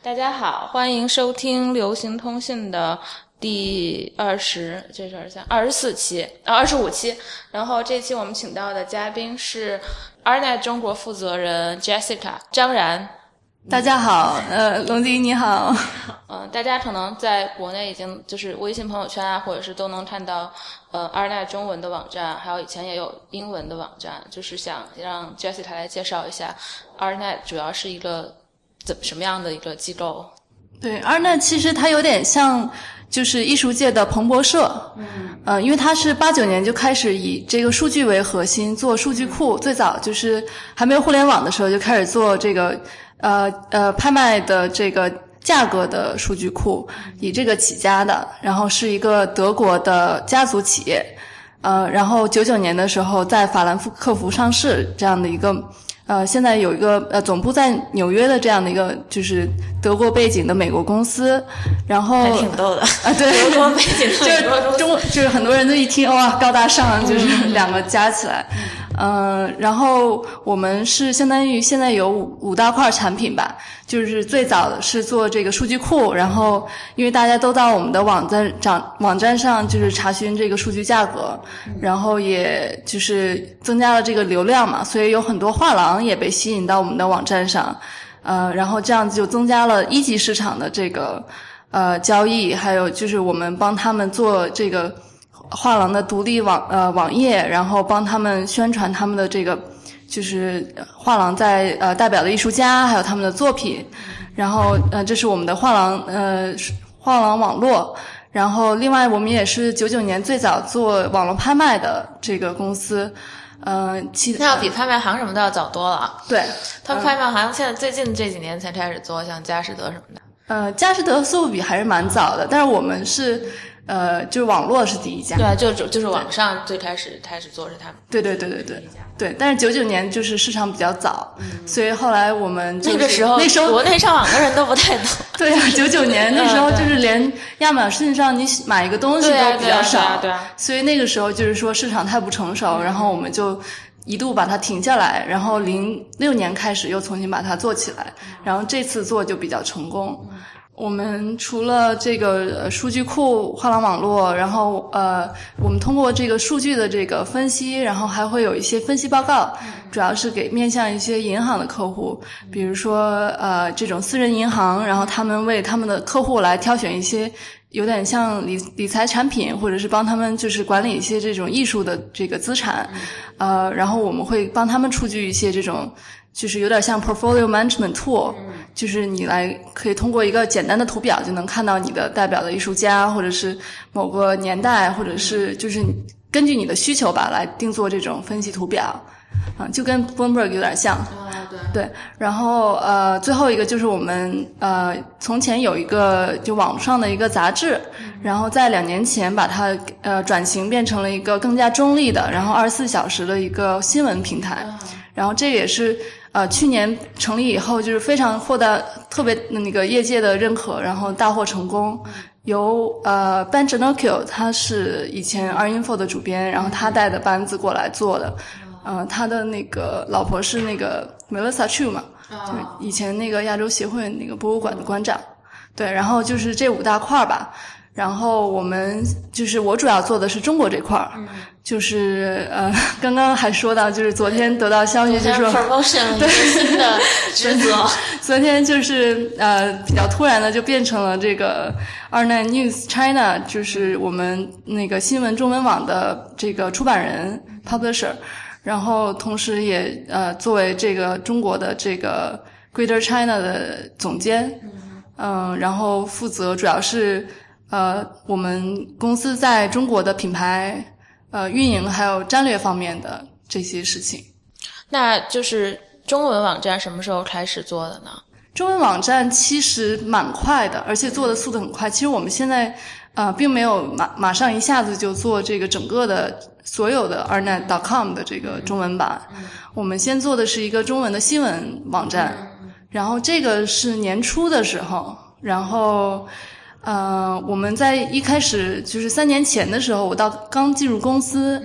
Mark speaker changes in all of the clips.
Speaker 1: 大家好，欢迎收听流行通信的第二十，这是二十三、二十四期啊，二十五期。然后这期我们请到的嘉宾是 Arnet 中国负责人 Jessica 张然。
Speaker 2: 大家好，呃，龙迪你好，
Speaker 1: 嗯、大家可能在国内已经就是微信朋友圈啊，或者是都能看到，呃，二代中文的网站，还有以前也有英文的网站，就是想让 Jessica 来介绍一下二代主要是一个怎么什么样的一个机构？
Speaker 2: 对，二难其实它有点像就是艺术界的彭博社，嗯，呃，因为它是八九年就开始以这个数据为核心做数据库，最早就是还没有互联网的时候就开始做这个呃呃拍卖的这个价格的数据库，以这个起家的，然后是一个德国的家族企业，呃，然后九九年的时候在法兰克福上市这样的一个，呃，现在有一个呃总部在纽约的这样的一个就是德国背景的美国公司，然后
Speaker 3: 还挺逗的。
Speaker 2: 啊，对，
Speaker 1: 德国背景
Speaker 2: 就
Speaker 1: 的
Speaker 2: 是中，就是很多人都一听哇、高大上，就是两个加起来，嗯、然后我们是相当于现在有五五大块产品吧，就是最早的是做这个数据库，然后因为大家都到我们的网站长网站上就是查询这个数据价格，然后也就是增加了这个流量嘛，所以有很多画廊也被吸引到我们的网站上，呃，然后这样就增加了一级市场的这个呃交易，还有就是我们帮他们做这个画廊的独立网呃网页，然后帮他们宣传他们的这个就是画廊在呃代表的艺术家，还有他们的作品，然后呃这是我们的画廊呃画廊网络。然后，另外我们也是九九年最早做网络拍卖的这个公司，呃，其呃
Speaker 3: 那要比拍卖行什么的要早多了啊。
Speaker 2: 对，
Speaker 3: 他们拍卖行现在最近这几年才开始做，像佳士得什么的。
Speaker 2: 呃，佳士得、苏富比还是蛮早的，但是我们是，呃，就是网络是第一家。
Speaker 1: 对啊，就就是网上最开始开始做是他们
Speaker 2: 对对对对对对，但是九九年就是市场比较早，
Speaker 1: 嗯
Speaker 2: 所以后来我们、就是、
Speaker 3: 那个时候，
Speaker 2: 那时候
Speaker 3: 国内上网的人都不太懂。
Speaker 2: 对呀、啊，九九年那时候就是连亚马逊上你买一个东西
Speaker 1: 嗯对啊
Speaker 2: 都比较少，
Speaker 1: 对啊对啊对啊嗯
Speaker 2: 所以那个时候就是说市场太不成熟，然后我们就一度把它停下来，然后零六年开始又重新把它做起来，
Speaker 1: 嗯
Speaker 2: 然后这次做就比较成功。我们除了这个呃数据库、画廊网络，然后呃，我们通过这个数据的这个分析，然后还会有一些分析报告，主要是给面向一些银行的客户，比如说呃这种私人银行，然后他们为他们的客户来挑选一些有点像理理财产品，或者是帮他们就是管理一些这种艺术的这个资产，呃，然后我们会帮他们出具一些这种，就是有点像 portfolio management tool，就是你来可以通过一个简单的图表就能看到你的代表的艺术家，或者是某个年代，或者是就是你根据你的需求吧来定做这种分析图表，啊、就跟 Bloomberg 有点 像。
Speaker 1: 啊，对，
Speaker 2: 对，然后呃，最后一个就是我们呃，从前有一个就网上的一个杂志，然后在两年前把它呃转型变成了一个更加中立的，然后二十四小时的一个新闻平台，然后这也是呃去年成立以后就是非常获得特别那个业界的认可，然后大获成功。由呃 Ben Janocchio，他是以前 R Info 的主编，然后他带的班子过来做的，呃，他的那个老婆是那个 Melissa Chu 嘛，就是以前那个亚洲协会那个博物馆的馆长。对，然后就是这五大块儿吧。然后我们就是我主要做的是中国这块儿，就是呃， 刚刚还说到，就是昨天得到消息就
Speaker 3: 像
Speaker 2: 说，
Speaker 3: promotion 了一个新的职责，
Speaker 2: 昨天就是呃比较突然的就变成了这个二 n News China，就是我们那个新闻中文网的这个出版人 publisher，然后同时也呃作为这个中国的这个 Greater China 的总监，嗯、然后负责主要是呃我们公司在中国的品牌呃运营还有战略方面的这些事情。
Speaker 1: 那就是中文网站什么时候开始做的呢？
Speaker 2: 中文网站其实蛮快的，而且做的速度很快。其实我们现在呃，并没有马马上一下子就做这个整个的所有的 arnet.com 的这个中文版。我们先做的是一个中文的新闻网站，然后这个是年初的时候，然后呃，我们在一开始就是三年前的时候，我到刚进入公司，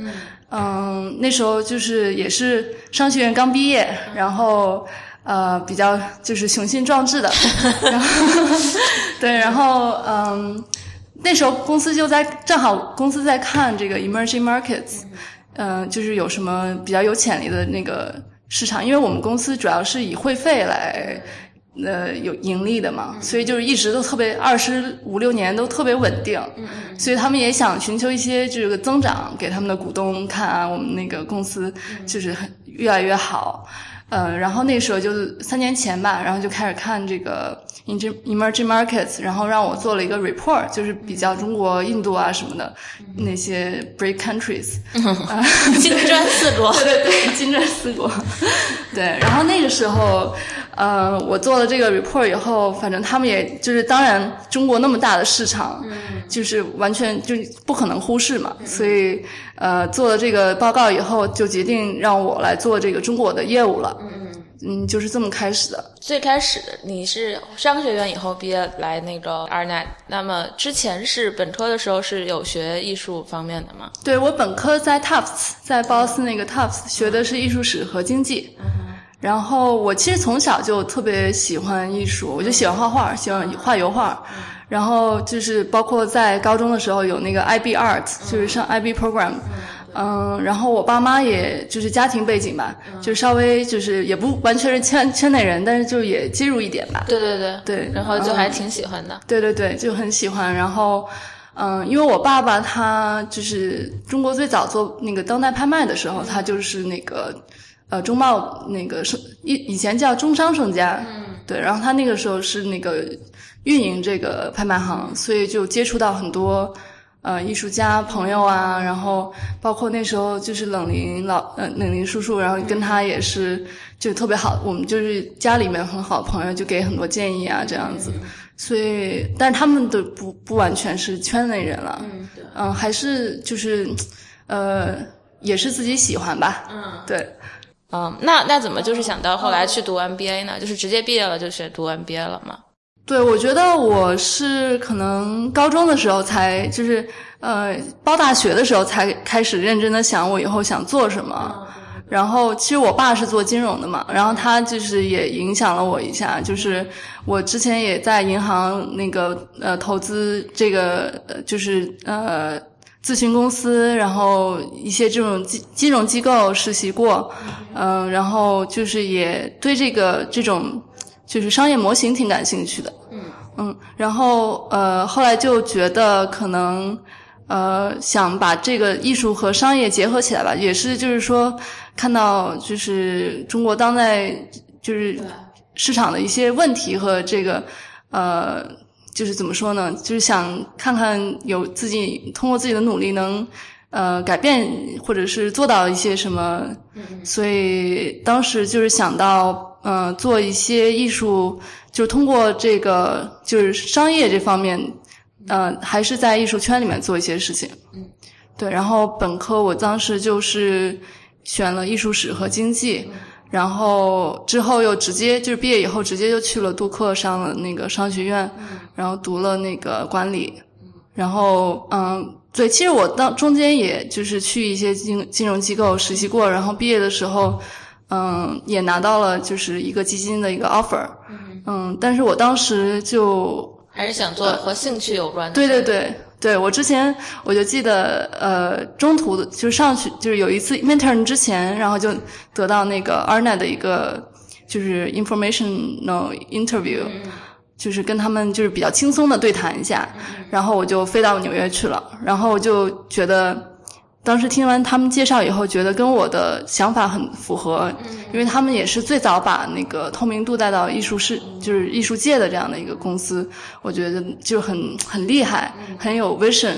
Speaker 2: 嗯、那时候就是也是商学院刚毕业，然后。呃比较就是雄心壮志的， 然后对，然后嗯，那时候公司就在正好公司在看这个 emerging markets，嗯、呃，就是有什么比较有潜力的那个市场，因为我们公司主要是以会费来。呃，有盈利的嘛，所以就是一直都特别二十五六年都特别稳定，所以他们也想寻求一些这个增长给他们的股东看啊，我们那个公司就是很越来越好，呃，然后那时候就是三年前吧，然后就开始看这个 emerging markets，然后让我做了一个 report，就是比较中国、印度啊什么的那些 break countries，啊
Speaker 1: 金砖四国，
Speaker 2: 对对对，金砖四国。 对，然后那个时候，呃，我做了这个 report 以后，反正他们也就是，当然中国那么大的市场，
Speaker 1: 嗯
Speaker 2: 就是完全就不可能忽视嘛，所以呃，做了这个报告以后，就决定让我来做这个中国的业务了。嗯，就是这么开始的。
Speaker 1: 最开始你是商学院以后毕业来那个 RNET，那么之前是本科的时候是有学艺术方面的吗？
Speaker 2: 对我本科在 Tufts，在波士那个 Tufts 学的是艺术史和经济。然后我其实从小就特别喜欢艺术，我就喜欢画画，喜欢画油画。然后就是包括在高中的时候有那个 IB Art，就是上 IB program。嗯，然后我爸妈也就是家庭背景吧，
Speaker 1: 嗯
Speaker 2: 就是稍微就是也不完全是圈圈内人，但是就也介入一点吧。
Speaker 1: 对对对
Speaker 2: 对
Speaker 1: 然后就还挺喜欢的。
Speaker 2: 对对对，就很喜欢。然后，嗯，因为我爸爸他就是中国最早做那个当代拍卖的时候，他就是那个呃中贸那个是以以前叫中商盛家，嗯，对。然后他那个时候是那个运营这个拍卖行，所以就接触到很多。呃，艺术家朋友啊，然后包括那时候就是冷林老呃冷林叔叔，然后跟他也是就特别好，我们就是家里面很好的朋友，就给很多建议啊这样子，所以但是他们的不不完全是圈内人了，
Speaker 1: 嗯对
Speaker 2: 嗯、还是就是呃也是自己喜欢吧，
Speaker 1: 嗯
Speaker 2: 对，
Speaker 1: 嗯，那那怎么就是想到后来去读 MBA 呢？就是直接毕业了就学读 MBA 了吗？
Speaker 2: 对，我觉得我是可能高中的时候才，就是呃，报大学的时候才开始认真的想我以后想做什么。然后，其实我爸是做金融的嘛，然后他就是也影响了我一下，就是我之前也在银行那个呃投资这个呃就是呃咨询公司，然后一些这种金金融机构实习过，嗯、然后就是也对这个这种就是商业模型挺感兴趣的。嗯然后呃，后来就觉得可能呃，想把这个艺术和商业结合起来吧，也是就是说看到就是中国当代就是市场的一些问题和这个呃。就是怎么说呢？就是想看看有自己通过自己的努力能，呃，改变或者是做到一些什么所以当时就是想到，呃，做一些艺术，就是通过这个就是商业这方面，呃，还是在艺术圈里面做一些事情。嗯，对。然后本科我当时就是选了艺术史和经济，然后之后又直接就是毕业以后直接就去了杜克上了那个商学院，然后读了那个管理。然后嗯，对，其实我当中间也就是去一些金金融机构实习过，然后毕业的时候，嗯，也拿到了就是一个基金的一个 offer，嗯，但是我当时就
Speaker 1: 还是想做和兴趣有关的？
Speaker 2: 对 对对对，我之前我就记得，呃，中途就是上去就是有一次 intern 之前，然后就得到那个 Arna 的一个就是 informational interview，、就是跟他们就是比较轻松的对谈一下，然后我就飞到纽约去了，然后我就觉得。当时听完他们介绍以后，觉得跟我的想法很符合，因为他们也是最早把那个透明度带到艺术市，就是艺术界的这样的一个公司，我觉得就很很厉害，很有 vision，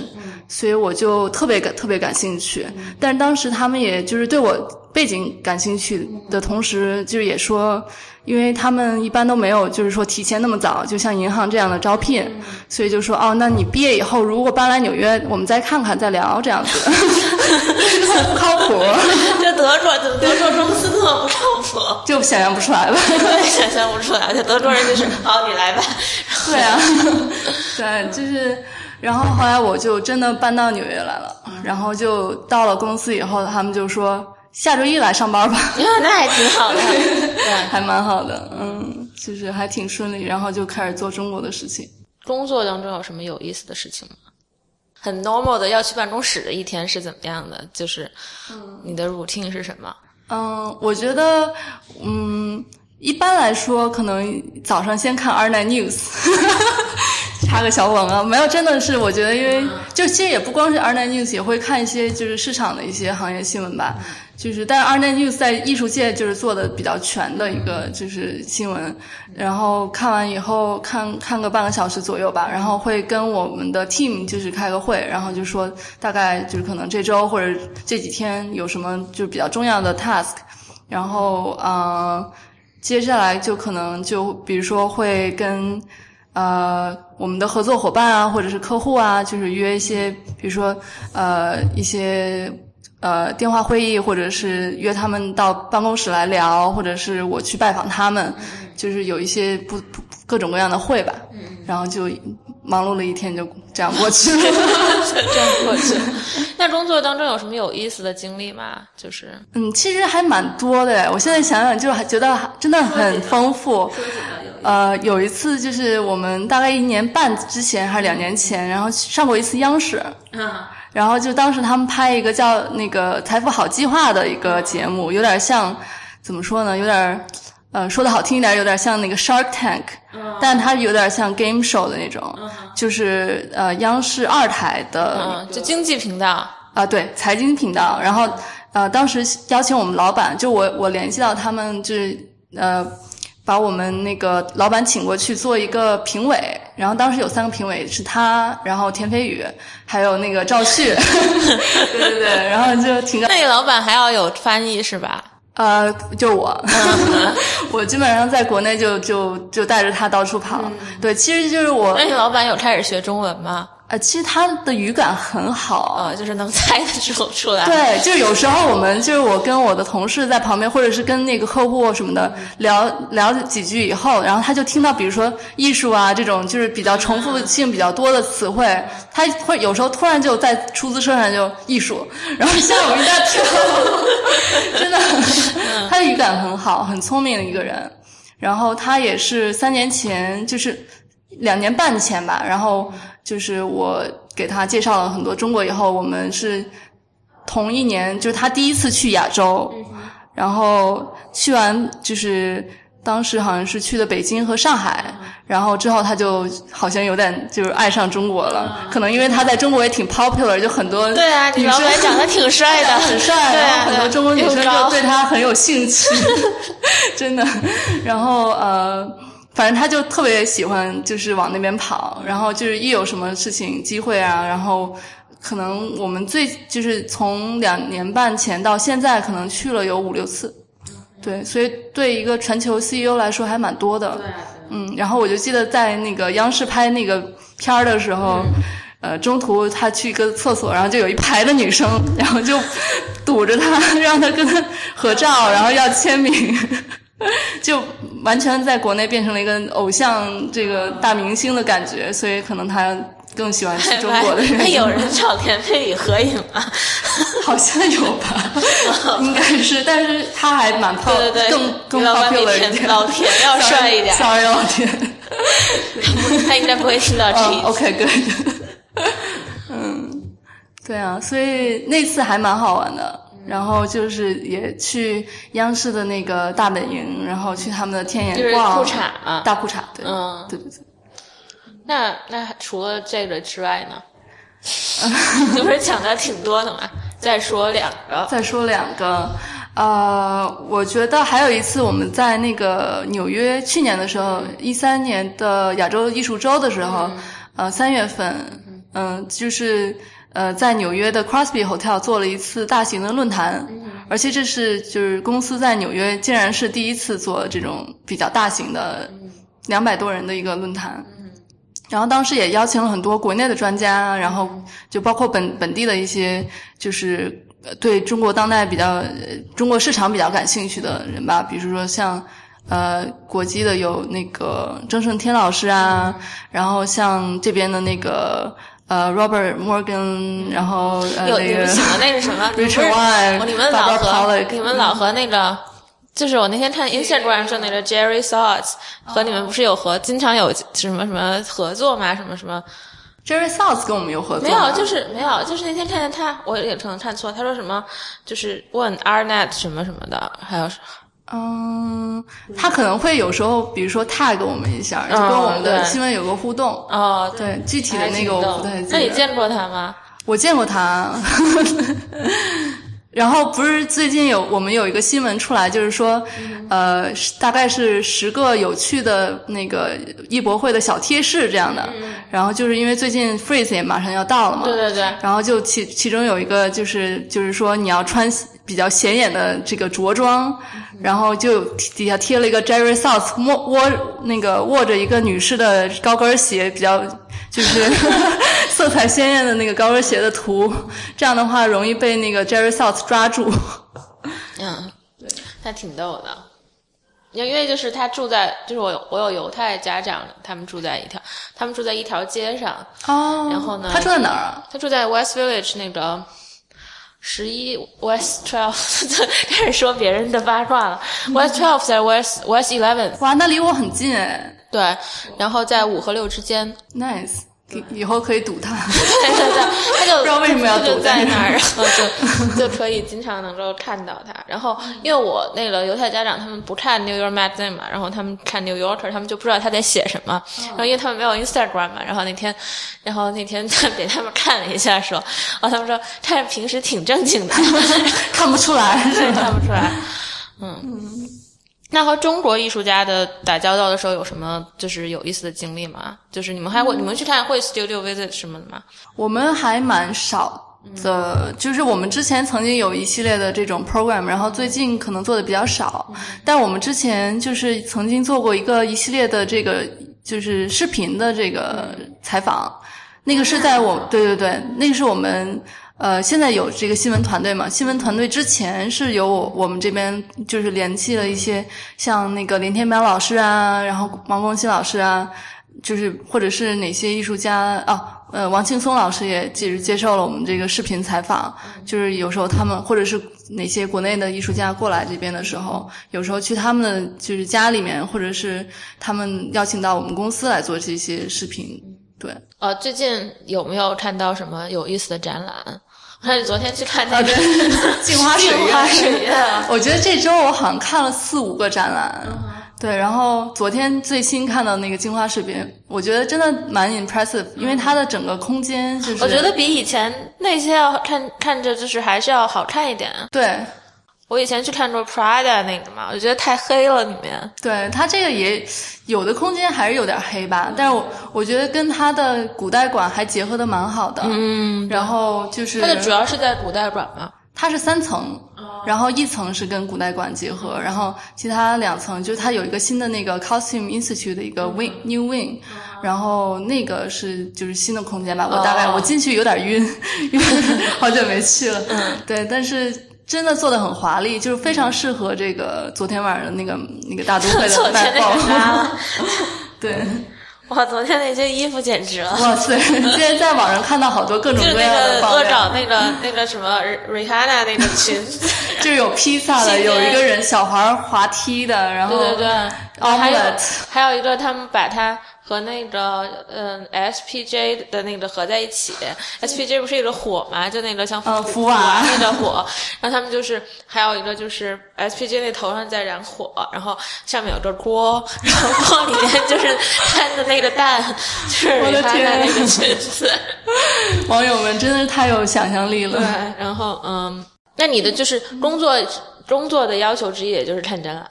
Speaker 2: 所以我就特别感特别感兴趣。但是当时他们也就是对我背景感兴趣的同时，就是也说，因为他们一般都没有就是说提前那么早，就像银行这样的招聘，所以就说哦，那你毕业以后如果搬来纽约，我们再看看再聊这样子。 不靠谱，
Speaker 3: 这德国德国中斯特不靠 谱，
Speaker 2: 就想象不出来吧？
Speaker 3: 我也想象不出来。这德国人就是好，你来吧。
Speaker 2: 对啊， 对，就是，然后后来我就真的搬到纽约来了，然后就到了公司以后，他们就说下周一来上班吧。
Speaker 1: 嗯那还挺好的。
Speaker 2: 还蛮好的，嗯，其实还挺顺利，然后就开始做中国的事情。
Speaker 1: 工作当中有什么有意思的事情吗？
Speaker 3: 很 normal 的要去办公室的一天是怎么样的？就是你的 routine 是什么？
Speaker 2: 嗯，我觉得，嗯，一般来说，可能早上先看 R9 News，插个小广告，没有，真的是我觉得，因为就其实也不光是 R9 News，也会看一些就是市场的一些行业新闻吧。就是，但是 R9 News 在艺术界就是做的比较全的一个就是新闻，然后看完以后看看个半个小时左右吧，然后会跟我们的 team 就是开个会，然后就说大概就是可能这周或者这几天有什么就是比较重要的 task，然后呃，接下来就可能就比如说会跟呃我们的合作伙伴啊，或者是客户啊，就是约一些，比如说呃一些呃电话会议，或者是约他们到办公室来聊，或者是我去拜访他们，就是有一些不不各种各样的会吧，然后就忙碌了一天，就这样过 去了。
Speaker 1: 这样过去。
Speaker 3: 那工作当中有什么有意思的经历吗？就是
Speaker 2: 嗯，其实还蛮多的。我现在想想，就还觉得还真的很丰富。呃，有一次就是我们大概一年半之前还是两年前，然后上过一次央视，
Speaker 3: 啊，
Speaker 2: 然后就当时他们拍一个叫那个《财富好计划》的一个节目，有点像怎么说呢？有点呃，说的好听一点，有点像那个 Shark Tank，但它有点像 game show 的那种，就是呃央视二台的
Speaker 3: 嗯，就经济频道，
Speaker 2: 啊，对，财经频道。然后呃，当时邀请我们老板，就我我联系到他们，就是呃，把我们那个老板请过去做一个评委。然后当时有三个评委是他，然后田飞宇，还有那个赵旭。对对对，然后就挺
Speaker 3: 那你老板还要有翻译是吧？
Speaker 2: 呃，就我， 我基本上在国内就就就带着他到处跑。对，其实就是我
Speaker 3: 那，你老板有开始学中文吗？
Speaker 2: 呃，其实他的语感很好，
Speaker 3: 啊，就是能猜得出出来。
Speaker 2: 对，就有时候我们就是我跟我的同事在旁边，或者是跟那个客户什么的聊聊几句以后，然后他就听到比如说艺术啊这种就是比较重复性比较多的词汇，他会有时候突然就在出租车上就艺术，然后吓我们一大跳， 真的，他的语感很好，很聪明的一个人。然后他也是三年前，就是两年半前吧，然后就是我给他介绍了很多中国以后，我们是同一年，就是他第一次去亚洲，
Speaker 3: 嗯
Speaker 2: 然后去完就是当时好像是去的北京和上海，
Speaker 3: 嗯
Speaker 2: 然后之后他就好像有点就是爱上中国了，可能因为他在中国也挺 popular，就很多
Speaker 3: 嗯对啊，你
Speaker 2: 女
Speaker 3: 老
Speaker 2: 生
Speaker 3: 板长得挺帅 的，
Speaker 2: 很帅，
Speaker 3: 对
Speaker 2: 然
Speaker 3: 啊，
Speaker 2: 后 很多中国女生
Speaker 3: 又高
Speaker 2: 就对他很有兴趣， 真的。然后呃，反正他就特别喜欢，就是往那边跑，然后就是一有什么事情机会啊，然后可能我们最就是从两年半前到现在，可能去了有五六次。对，所以对一个全球 CEO 来说还蛮多的。嗯，然后我就记得在那个央视拍那个片儿的时候，
Speaker 3: 嗯
Speaker 2: 呃，中途他去一个厕所，然后就有一排的女生，然后就堵着他，让他跟他合照，然后要签名，就完全在国内变成了一个偶像这个大明星的感觉，所以可能他更喜欢吃中国的
Speaker 3: 那
Speaker 2: 人，
Speaker 3: 啊哎有人找田飞宇合影吗？
Speaker 2: 好像有 吧，应该是，但是他还蛮 p
Speaker 3: 对对对，
Speaker 2: 更更
Speaker 3: 你老板比
Speaker 2: popular 一
Speaker 3: 田
Speaker 2: 点，，
Speaker 3: 老田要帅一点
Speaker 2: ，sorry 老天，
Speaker 3: 他应该不会听到这
Speaker 2: 嗯
Speaker 3: 一。
Speaker 2: ，OK good，嗯，对啊，所以那次还蛮好玩的。
Speaker 1: 嗯
Speaker 2: 然后就是也去央视的那个大本营，然后去他们的天
Speaker 1: 就是
Speaker 2: 眼逛
Speaker 1: 裤衩
Speaker 3: 啊
Speaker 1: 嘛。
Speaker 2: 大裤衩，对，
Speaker 1: 嗯
Speaker 2: 对对对。
Speaker 1: 那那除了这个之外 呢？
Speaker 3: 你不是讲的挺多的 吗？
Speaker 1: 再说两个，
Speaker 2: 再说两个，呃，我觉得还有一次我们在那个纽约去年的时候，一三年的亚洲艺术周的时候，呃，三月份，嗯、就是呃，在纽约的 Crosby Hotel 做了一次大型的论坛，而且这是就是公司在纽约竟然是第一次做这种比较大型的两百多人的一个论坛。
Speaker 3: 嗯
Speaker 2: 然后当时也邀请了很多国内的专家啊，然
Speaker 3: 嗯
Speaker 2: 后就包括本本地的一些就是呃对中国当代比较呃中国市场比较感兴趣的人吧，比如说像呃国际的有那个郑胜天老师啊，
Speaker 3: 嗯
Speaker 2: 然后像这边的那个呃 Robert Morgan，然后呃
Speaker 3: 嗯有
Speaker 2: 那
Speaker 3: 你
Speaker 2: 个
Speaker 3: 们请的那是什么 哦
Speaker 2: Richard Wise，
Speaker 3: 你们老
Speaker 2: Barbara
Speaker 3: 和
Speaker 2: Pollock，
Speaker 3: 你们老和那个就是我那天看 Instagram 上那个 Jerry Thoughts
Speaker 2: 哦
Speaker 3: 和你们不是有合，经常有什么什么合作吗？什么什么？
Speaker 2: Jerry South 跟我们有合作
Speaker 3: 没
Speaker 2: 吗，
Speaker 3: 有，就是没有，就是那天看见他，我也可能看错，他说什么就是问 Arnet 什么什么的，还有什
Speaker 2: 嗯，他可能会有时候，比如说 tag 我们一下，就跟我们的
Speaker 3: 嗯对
Speaker 2: 新闻有个互动。
Speaker 3: 哦，对，
Speaker 2: 对，具体的
Speaker 3: 还
Speaker 2: 那
Speaker 3: 挺
Speaker 2: 个我
Speaker 3: 逗
Speaker 2: 不太记
Speaker 3: 那
Speaker 2: 得。
Speaker 3: 你见过他吗？
Speaker 2: 我见过他。 然后不是最近有我们有一个新闻出来，就是说，
Speaker 3: 嗯
Speaker 2: 呃，是大概是十个有趣的那个艺博会的小贴士这样的。然后就是因为最近 Freeze 也马上要到了嘛，
Speaker 3: 嗯对对对，
Speaker 2: 然后就其其中有一个就是就是说你要穿比较显眼的这个着装，然后就有底下贴了一个 Jerry South 握握那个握着一个女士的高跟鞋，比较就是 色彩鲜艳的那个高跟鞋的图，这样的话容易被那个 Jerry South 抓住。
Speaker 3: 嗯，他挺逗的。因为就是他住在，就是我有我有犹太家长，他们住在一条，他们住在一条街上，
Speaker 2: 哦
Speaker 3: 然后呢
Speaker 2: 他住在哪儿啊？
Speaker 3: 他住在 West Village 那个十一 West Twelve，开 始说别人的八卦了。West Twelve 在 West West Eleven，
Speaker 2: 哇，那离我很近哎
Speaker 3: 对，然后在五和六之间，
Speaker 2: ，nice，以以后可以堵他。
Speaker 3: 对对对，他就
Speaker 2: 不知道为什么要
Speaker 3: 他就
Speaker 2: 堵
Speaker 3: 在
Speaker 2: 在
Speaker 3: 那
Speaker 2: 那
Speaker 3: 儿，
Speaker 2: 儿
Speaker 3: 然后就就可以经常能够看到他。然后因为我那个犹太家长他们不看 New York Magazine 嘛，然后他们看 New Yorker，他们就不知道他在写什么。然后因为他们没有 Instagram 嘛，然后那天，然后那天给他们看了一下，说，哦，他们说看着平时挺正经的，
Speaker 2: 看不出来是
Speaker 3: 对，
Speaker 2: 吧？
Speaker 3: 看不出来。嗯，那和中国艺术家的打交道的时候有什么就是有意思的经历吗？就是你们还会、你们去看会 studio visit 什么的吗？
Speaker 2: 我们还蛮少的，就是我们之前曾经有一系列的这种 program，然后最近可能做的比较少，但我们之前就是曾经做过一个一系列的这个就是视频的这个采访，那个是在我对对对，那个是我们。呃，现在有这个新闻团队嘛？新闻团队之前是由我我们这边就是联系了一些像那个林天彪老师啊，然后王光熙老师啊，就是或者是哪些艺术家啊，呃，王劲松老师也其实接受了我们这个视频采访，就是有时候他们或者是哪些国内的艺术家过来这边的时候，有时候去他们的就是家里面，或者是他们邀请到我们公司来做这些视频，对。
Speaker 3: 呃，最近有没有看到什么有意思的展览？ 我看你昨天去看那个
Speaker 2: 镜花水
Speaker 3: 啊镜
Speaker 2: 月
Speaker 3: 花水 月啊，
Speaker 2: 我觉得这周我好像看了四五个展览，
Speaker 3: 嗯
Speaker 2: 对，然后昨天最新看到那个镜花水月，我觉得真的蛮 impressive，因为它的整个空间就是
Speaker 3: 嗯我觉得比以前那些要看看着就是还是要好看一点。
Speaker 2: 对。
Speaker 3: 我以前去看过 Prada 那个嘛，我觉得太黑了里面。
Speaker 2: 对它这个也有的空间还是有点黑吧，但是我我觉得跟它的古代馆还结合的蛮好的。嗯，然后就是
Speaker 3: 它的主要是在古代馆嘛。
Speaker 2: 它是三层，
Speaker 3: 哦
Speaker 2: 然后一层是跟古代馆结
Speaker 3: 嗯
Speaker 2: 合，然后其他两层就是它有一个新的那个 Costume Institute 的一
Speaker 3: 嗯
Speaker 2: 个 wing、new wing，然后那个是就是新的空间吧。我大概、
Speaker 3: 哦
Speaker 2: 我进去有点 晕，因为好久没去了。
Speaker 3: 嗯
Speaker 2: 对，但是真的做的很华丽，就是非常适合这个昨天晚上的那个那个大都会
Speaker 3: 昨
Speaker 2: 的
Speaker 3: 天
Speaker 2: 卖
Speaker 3: 那
Speaker 2: 报
Speaker 3: 个。啥，
Speaker 2: 对，
Speaker 3: 哇，昨天那件衣服简直了。
Speaker 2: 哇塞！今天在网上看到好多各
Speaker 3: 就
Speaker 2: 种
Speaker 3: 是
Speaker 2: 各
Speaker 3: 那
Speaker 2: 样的
Speaker 3: 个
Speaker 2: 爆
Speaker 3: 恶
Speaker 2: 料
Speaker 3: 搞那个那个什么 Rihanna 那个裙子，
Speaker 2: 就是有披萨的，
Speaker 3: 今天
Speaker 2: 有一个人小孩儿滑梯的，然后
Speaker 3: 对对对，还有
Speaker 2: 哦 omelette
Speaker 3: 还有一个他们把它和那个嗯 SPJ 的那个合在一起，SPJ 不是一个火嘛，就那个像
Speaker 2: 呃
Speaker 3: 福
Speaker 2: 福娃
Speaker 3: 那个火，然后他们就是还有一个就是 SPJ 那头上在燃火，然后上面有个锅， 然后锅里面就是摊的那个蛋，就是
Speaker 2: 我的
Speaker 3: Rihanna
Speaker 2: 天
Speaker 3: 那个裙 子。
Speaker 2: 网友们真的是太有想象力
Speaker 3: 对
Speaker 2: 了。，
Speaker 3: 然后嗯，那你的就是工作工作的要求之一，也就是看展览，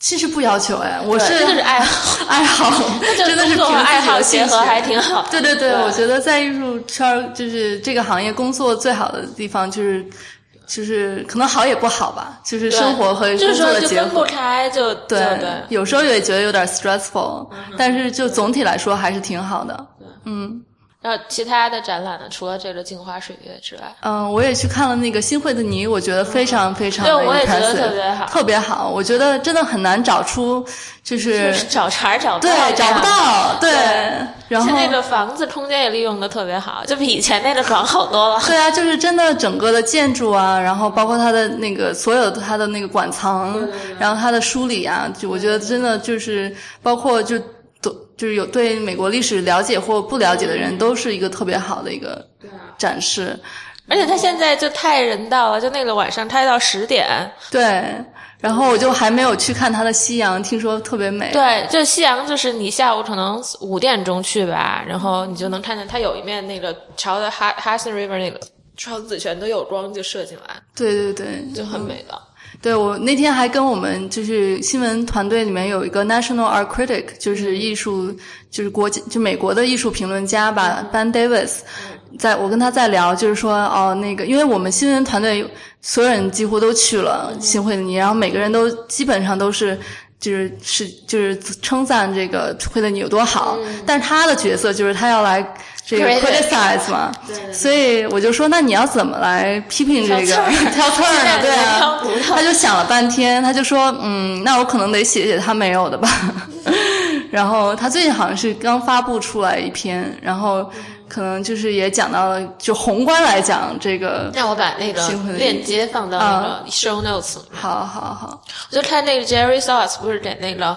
Speaker 2: 其实不要求哎，我是
Speaker 3: 这就是爱好，
Speaker 2: 爱好，
Speaker 3: 就
Speaker 2: 真的是
Speaker 3: 工作和
Speaker 2: 凭自己的
Speaker 3: 爱好
Speaker 2: 兴
Speaker 3: 结
Speaker 2: 趣
Speaker 3: 合还挺好。
Speaker 2: 对对对，
Speaker 3: 对
Speaker 2: 我觉得在艺术圈儿就是这个行业工作最好的地方就是，就是可能好也不好吧，就是
Speaker 3: 对
Speaker 2: 生活和
Speaker 3: 就是
Speaker 2: 工作
Speaker 3: 说
Speaker 2: 的
Speaker 3: 就
Speaker 2: 结
Speaker 3: 分不
Speaker 2: 合。
Speaker 3: 开，就
Speaker 2: 对
Speaker 3: 对，嗯
Speaker 2: 有时候也觉得有点 stressful，但是就总体来说还是挺好的。嗯
Speaker 3: 然后其他的展览呢，除了这个镜花水月之外，
Speaker 2: 嗯，我也去看了那个《新会的你》，我觉得非常非常
Speaker 3: 对
Speaker 2: 的
Speaker 3: 我也觉得
Speaker 2: impressive，
Speaker 3: 特别好
Speaker 2: 特别好。我觉得真的很难找出就是
Speaker 3: 找茬儿找不到
Speaker 2: 对，
Speaker 3: 这
Speaker 2: 找
Speaker 3: 样
Speaker 2: 不
Speaker 3: 的。
Speaker 2: 到，对，然后
Speaker 3: 现在这房子空间也利用的特别好，就比以前那个爽好多了。
Speaker 2: 对啊，就是真的整个的建筑啊，然后包括它的那个所有的它的那个馆藏，然后它的梳理啊，就我觉得真的就是包括就都就是有对美国历史了解或不了解的人，都是一个特别好的一个
Speaker 3: 啊
Speaker 2: 展示。
Speaker 3: 而且他现在就太人道了，就那个晚上开到十点，
Speaker 2: 对，然后我就还没有去看它的夕阳，听说特别美。
Speaker 3: 对，就夕阳就是你下午可能五点钟去吧，然后你就能看见它有一面那个朝着哈哈森 River 那个朝紫泉的有光就射进来，
Speaker 2: 对对对，
Speaker 3: 就很美了。
Speaker 2: 对我那天还跟我们就是新闻团队里面有一个 National Art Critic，就是艺术，就是国际就美国的艺术评论家吧、班 b a n Davis，在我跟他在聊，就是说哦那个，因为我们新闻团队所有人几乎都去了新会尼，然后每个人都基本上都是。就是是就是称赞这个惠特尼有多好，但是他的角色就是他要来这个
Speaker 3: Critic
Speaker 2: criticize 嘛，所以我就说，那你要怎么来批评这
Speaker 3: 挑
Speaker 2: 个
Speaker 3: 刺儿
Speaker 2: 挑刺儿呢？对啊
Speaker 3: 挑，
Speaker 2: 他就想了半天，他就说，嗯，那我可能得写写他没有的吧。 然后他最近好像是刚发布出来一篇，然后可能就是也讲到了，就宏观来讲这个，
Speaker 3: 让我把那个
Speaker 2: 新婚礼
Speaker 3: 链接放到那个 show notes 里面。
Speaker 2: 好好好，
Speaker 3: 我就看那个 Jerry Sauce 不是给那个。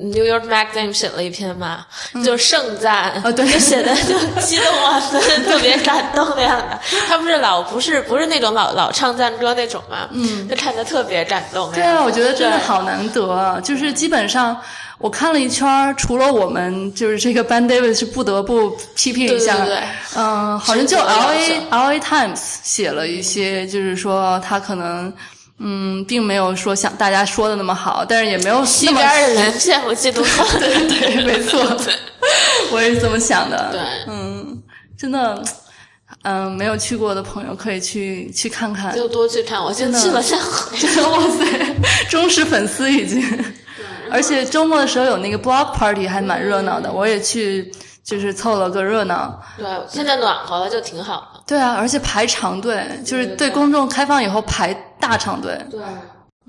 Speaker 3: New York Magazine 写了一篇嘛，就盛赞
Speaker 2: 嗯哦对
Speaker 3: 就写 的就激动万分，特别感动那样的。他不是老不是不是那种老老唱赞歌那种嘛，嗯，就看着特别感动那
Speaker 2: 对
Speaker 3: 样的。
Speaker 2: 啊，我觉得真的
Speaker 3: 对
Speaker 2: 好难得啊！就是基本上我看了一圈儿，除了我们就是这个 Ban David 是不得不批评一下，
Speaker 3: 对对对
Speaker 2: 嗯，好像
Speaker 3: 值
Speaker 2: 就
Speaker 3: 得
Speaker 2: L
Speaker 3: 了
Speaker 2: A
Speaker 3: 解
Speaker 2: L A Times 写了一些，就是说他可能嗯，并没有说像大家说的那么好，但是也没有那
Speaker 3: 一
Speaker 2: 么
Speaker 3: 边儿的人羡慕嫉妒恨，对
Speaker 2: 对， 没 错，我也是这么想的。
Speaker 3: 对，
Speaker 2: 嗯，真的，嗯，没有去过的朋友可以去去看看。
Speaker 3: 就多去看。我就去了三 回，
Speaker 2: 哇塞，忠实粉丝已经。而且周末的时候有那个 block party，还蛮热闹的，我也去，就是凑了个热闹。
Speaker 3: 对，现在暖和了就挺好的。
Speaker 2: 对啊，而且排长队，就是对公众开放以后排大长队。
Speaker 3: 对，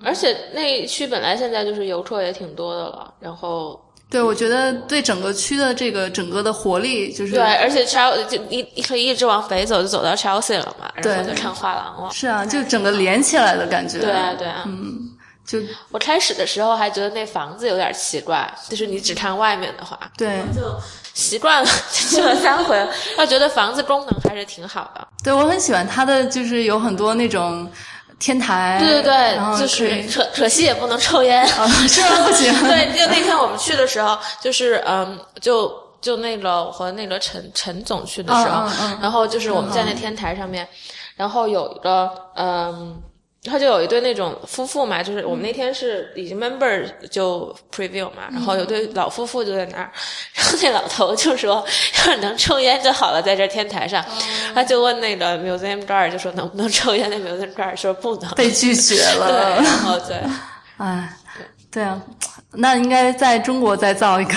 Speaker 3: 而且那一区本来现在就是游客也挺多的了，然后
Speaker 2: 对，我觉得对整个区的这个整个的活力，就是
Speaker 3: 对，而且 Chel 就你你可以一直往北走，就走到 Chelsea 了嘛，然后
Speaker 2: 对
Speaker 3: 就看画廊了。
Speaker 2: 是啊，就整个连起来的嗯感觉。
Speaker 3: 对啊，对啊。
Speaker 2: 就
Speaker 3: 我开始的时候还觉得那房子有点奇怪，就是你只看外面的话，
Speaker 2: 对。
Speaker 3: 就习惯了， 就去了三回 了，要觉得房子功能还是挺好的。
Speaker 2: 对，我很喜欢它的，就是有很多那种天台，
Speaker 3: 对对
Speaker 2: 然后
Speaker 3: 哎对，就
Speaker 2: 可以
Speaker 3: 是可可惜也不能抽烟。
Speaker 2: 啊，这样不行，
Speaker 3: 对，就那天我们去的时候，就是嗯，就就那个我和那个陈陈总去的时候，
Speaker 2: 嗯嗯嗯
Speaker 3: 然后就是我们在那天台上面，然后有一个嗯。然后就有一对那种夫妇嘛，就是我们
Speaker 2: 嗯
Speaker 3: 那天是已经 member 就 preview 嘛，然
Speaker 2: 嗯
Speaker 3: 后有对老夫妇就在那儿，然后那老头就说，要是能抽烟就好了，在这天台上，
Speaker 2: 哦
Speaker 3: 他就问那个 museum guard 就说能不能抽烟，那 museum guard 说不能，
Speaker 2: 被拒绝
Speaker 3: 对，
Speaker 2: 了
Speaker 3: 然。后对，
Speaker 2: 哎，对啊，那应该在中国再造一个，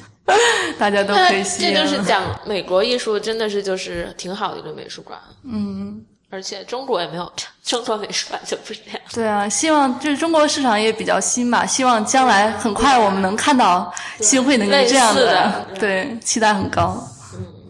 Speaker 2: 大家都可以吸
Speaker 3: 这
Speaker 2: 烟
Speaker 3: 就
Speaker 2: 了。
Speaker 3: 是讲美国艺术真的是就是挺好的一个美术馆，嗯，而且中国也没有， 中国美术馆就不是这样。
Speaker 2: 对啊，希望就是中国市场也比较新嘛，希望将来很快我们能看到新会能够这样
Speaker 3: 类 似的
Speaker 2: 对，期待很高。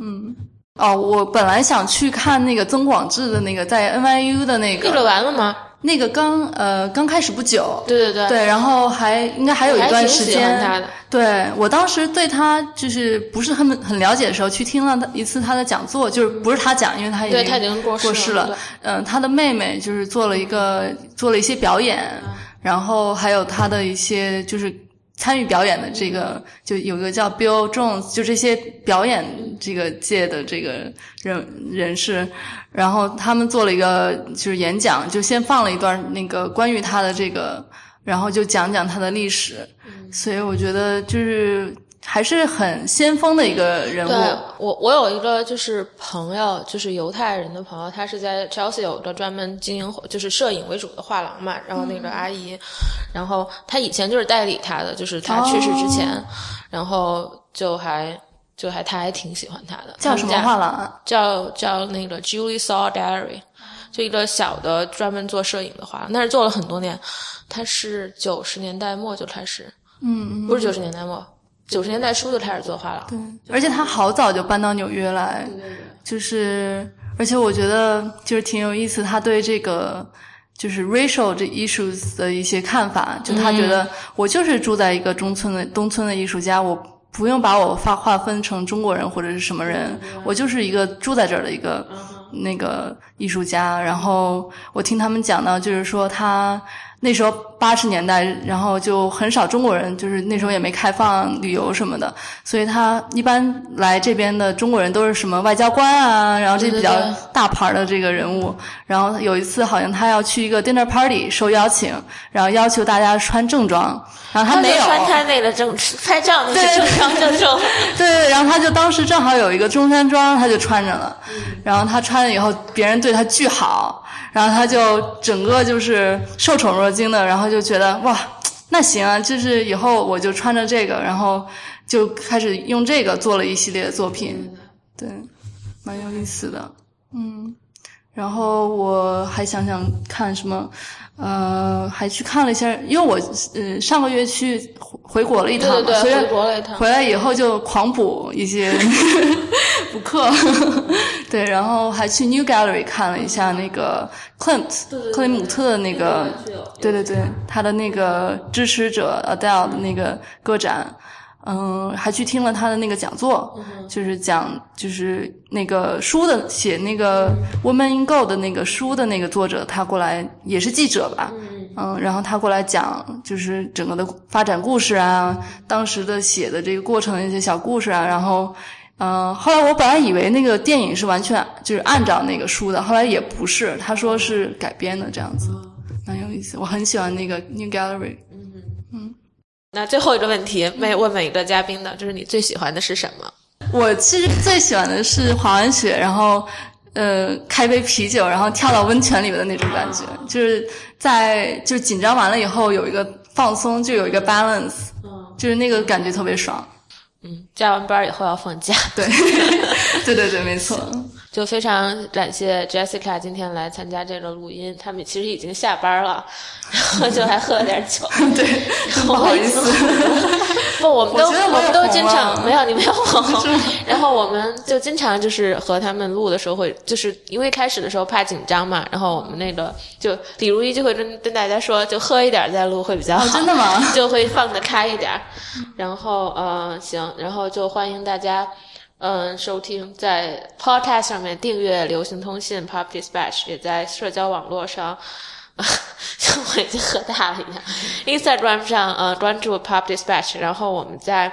Speaker 2: 嗯，哦，我本来想去看那个曾广志的那个在 NYU 的那
Speaker 3: 议论
Speaker 2: 个，
Speaker 3: 完了吗？
Speaker 2: 那个刚呃刚开始不久，
Speaker 3: 对对对，
Speaker 2: 对，然后还应该还有一段时
Speaker 3: 我还挺喜
Speaker 2: 间
Speaker 3: 欢他的，
Speaker 2: 对我当时对他就是不是很很了解的时候，去听了他一次他的讲座，就是不是他讲，因为他已经
Speaker 3: 对他已经过世了
Speaker 2: 世了
Speaker 3: 对。
Speaker 2: 嗯，他的妹妹就是做了一个做了一些表演，然后还有他的一些就是。参与表演的这个，就有一个叫 Bill Jones，就这些表演这个界的这个人人士，然后他们做了一个就是演讲，就先放了一段那个关于他的这个，然后就讲讲他的历史，
Speaker 1: 嗯
Speaker 2: 所以我觉得就是还是很先锋的一个人
Speaker 3: 对
Speaker 2: 物。
Speaker 3: 我，我有一个就是朋友，就是犹太人的朋友，他是在 Chelsea 有个专门经营就是摄影为主的画廊嘛，然后那个阿姨，然后她以前就是代理他的，就是他去世之前，然后就还就还他还挺喜欢他的，
Speaker 2: 叫什么画廊啊？
Speaker 3: 叫叫那个 Julie Saw Gallery，就一个小的专门做摄影的画廊，那是做了很多年。它是九十年代末就开始，
Speaker 2: 嗯，
Speaker 3: 不是九十年代末，
Speaker 1: 九十年代初就开始做画廊，对，
Speaker 2: 而且他好早就搬到纽约来，
Speaker 1: 对对对
Speaker 2: 就是而且我觉得就是挺有意思，他对这个就是 racial 这 issues 的一些看法，就他觉
Speaker 1: 嗯
Speaker 2: 得我就是住在一个中村的东村的艺术家，我不用把我划划分成中国人或者是什么人，
Speaker 1: 嗯
Speaker 2: 我就是一个住在这儿的一个那个艺术家。然后我听他们讲到，就是说他。那时候八十年代，然后就很少中国人，就是那时候也没开放旅游什么
Speaker 1: 嗯
Speaker 2: 的，所以他一般来这边的中国人都是什么外交官啊，然后这比较
Speaker 1: 对对对
Speaker 2: 大牌的这个人物。然后有一次好像他要去一个 dinner party 受邀请，然后要求大家穿正装，然后他
Speaker 3: 他
Speaker 2: 没有，啊
Speaker 3: 穿他那个正 拍照那
Speaker 2: 对
Speaker 3: 是正装正装，
Speaker 2: 对对，然后他就当时正好有一个中山装，他就穿着了，
Speaker 3: 嗯
Speaker 2: 然后他穿了以后，别人对他巨好，然后他就整个就是受宠若惊的，然后就觉得哇，那行啊，就是以后我就穿着这个，然后就开始用这个做了一系列的作品，对，蛮有意思的，嗯，然后我还想想看什么。呃，还去看了一下，因为我呃上个月去回回国了一趟嘛，
Speaker 1: 对对
Speaker 2: 所以
Speaker 1: 对，回国了一趟，
Speaker 2: 回来以后就狂补一些 补课， 对，然后还去 New Gallery 看了一下那个 Klimt 克林姆特的那个，对对对，他的那个支持者 Adele 的那个歌展，嗯，还去听了他的那个讲座，就是讲就是那个书的写那个 Woman in Gold 的那个书的那个作者，他过来也是记者吧，嗯，然后他过来讲就是整个的发展故事啊，当时的写的这个过程的一些小故事啊，然后。嗯，后来我本来以为那个电影是完全就是按照那个书的，后来也不是，他说是改编的这样子，蛮有意思。我很喜欢那个 New Gallery，
Speaker 3: 那最后一个问题，每问每个嘉宾的，就是你最喜欢的是什么？
Speaker 2: 我其实最喜欢的是滑完雪，然后呃开杯啤酒，然后跳到温泉里面的那种感觉，就是在就是紧张完了以后有一个放松，就有一个 balance，就是那个感觉特别爽。
Speaker 3: 嗯，加完班以后要放假，
Speaker 2: 对，对对对，没错。
Speaker 3: 就非常感谢 Jessica 今天来参加这个录音。他们其实已经下班了，然后就还喝了点酒。
Speaker 2: 对，真不好意思。
Speaker 3: 不，我们都
Speaker 2: 我觉得我
Speaker 3: 我们都
Speaker 2: 有
Speaker 3: 经
Speaker 2: 红
Speaker 3: 常
Speaker 2: 啊
Speaker 3: 没有你没有
Speaker 2: 是吗。
Speaker 3: 然后我们就经常就是和他们录的时候会，就是因为开始的时候怕紧张嘛，然后我们那个就李如一就会跟跟大家说，就喝一点再录会比较好，
Speaker 2: 哦真的吗
Speaker 3: 就会放得开一点儿。然后呃行，然后就欢迎大家。嗯，收听在 Podcast 上面订阅《流行通信》Pop Dispatch，也在社交网络上， 像我已经喝大了一样，Instagram 上呃关注 Pop Dispatch，然后我们在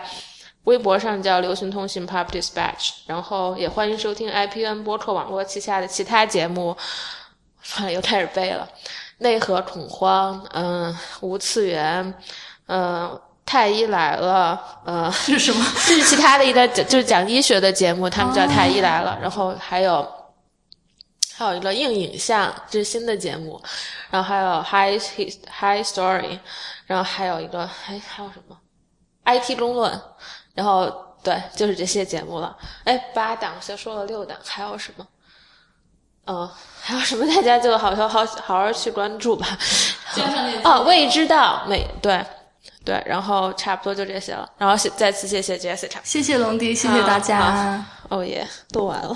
Speaker 3: 微博上叫流行通信 Pop Dispatch，然后也欢迎收听 IPN 播客网络旗下的其他节目。算了，又开始背了。内核恐慌，嗯、无次元，嗯、太医来了，呃，
Speaker 2: 是什么？
Speaker 3: 这是其他的一个就是讲 医学的节目，他们叫太医来了，然后还有还有一个硬影像，这是新的节目，然后还有 High His- High Story，然后还有一个还还有什么 IT 公论，然后对，就是这些节目了。哎，八档，就说了六档，还有什么？嗯，还有什么？大家就好好好好好去关注吧。哦，未知道，每对对，然后差不多就这些了。然后谢再次谢谢 Jessica。
Speaker 2: 谢谢龙迪，谢谢大家。
Speaker 3: 哦耶，都完了。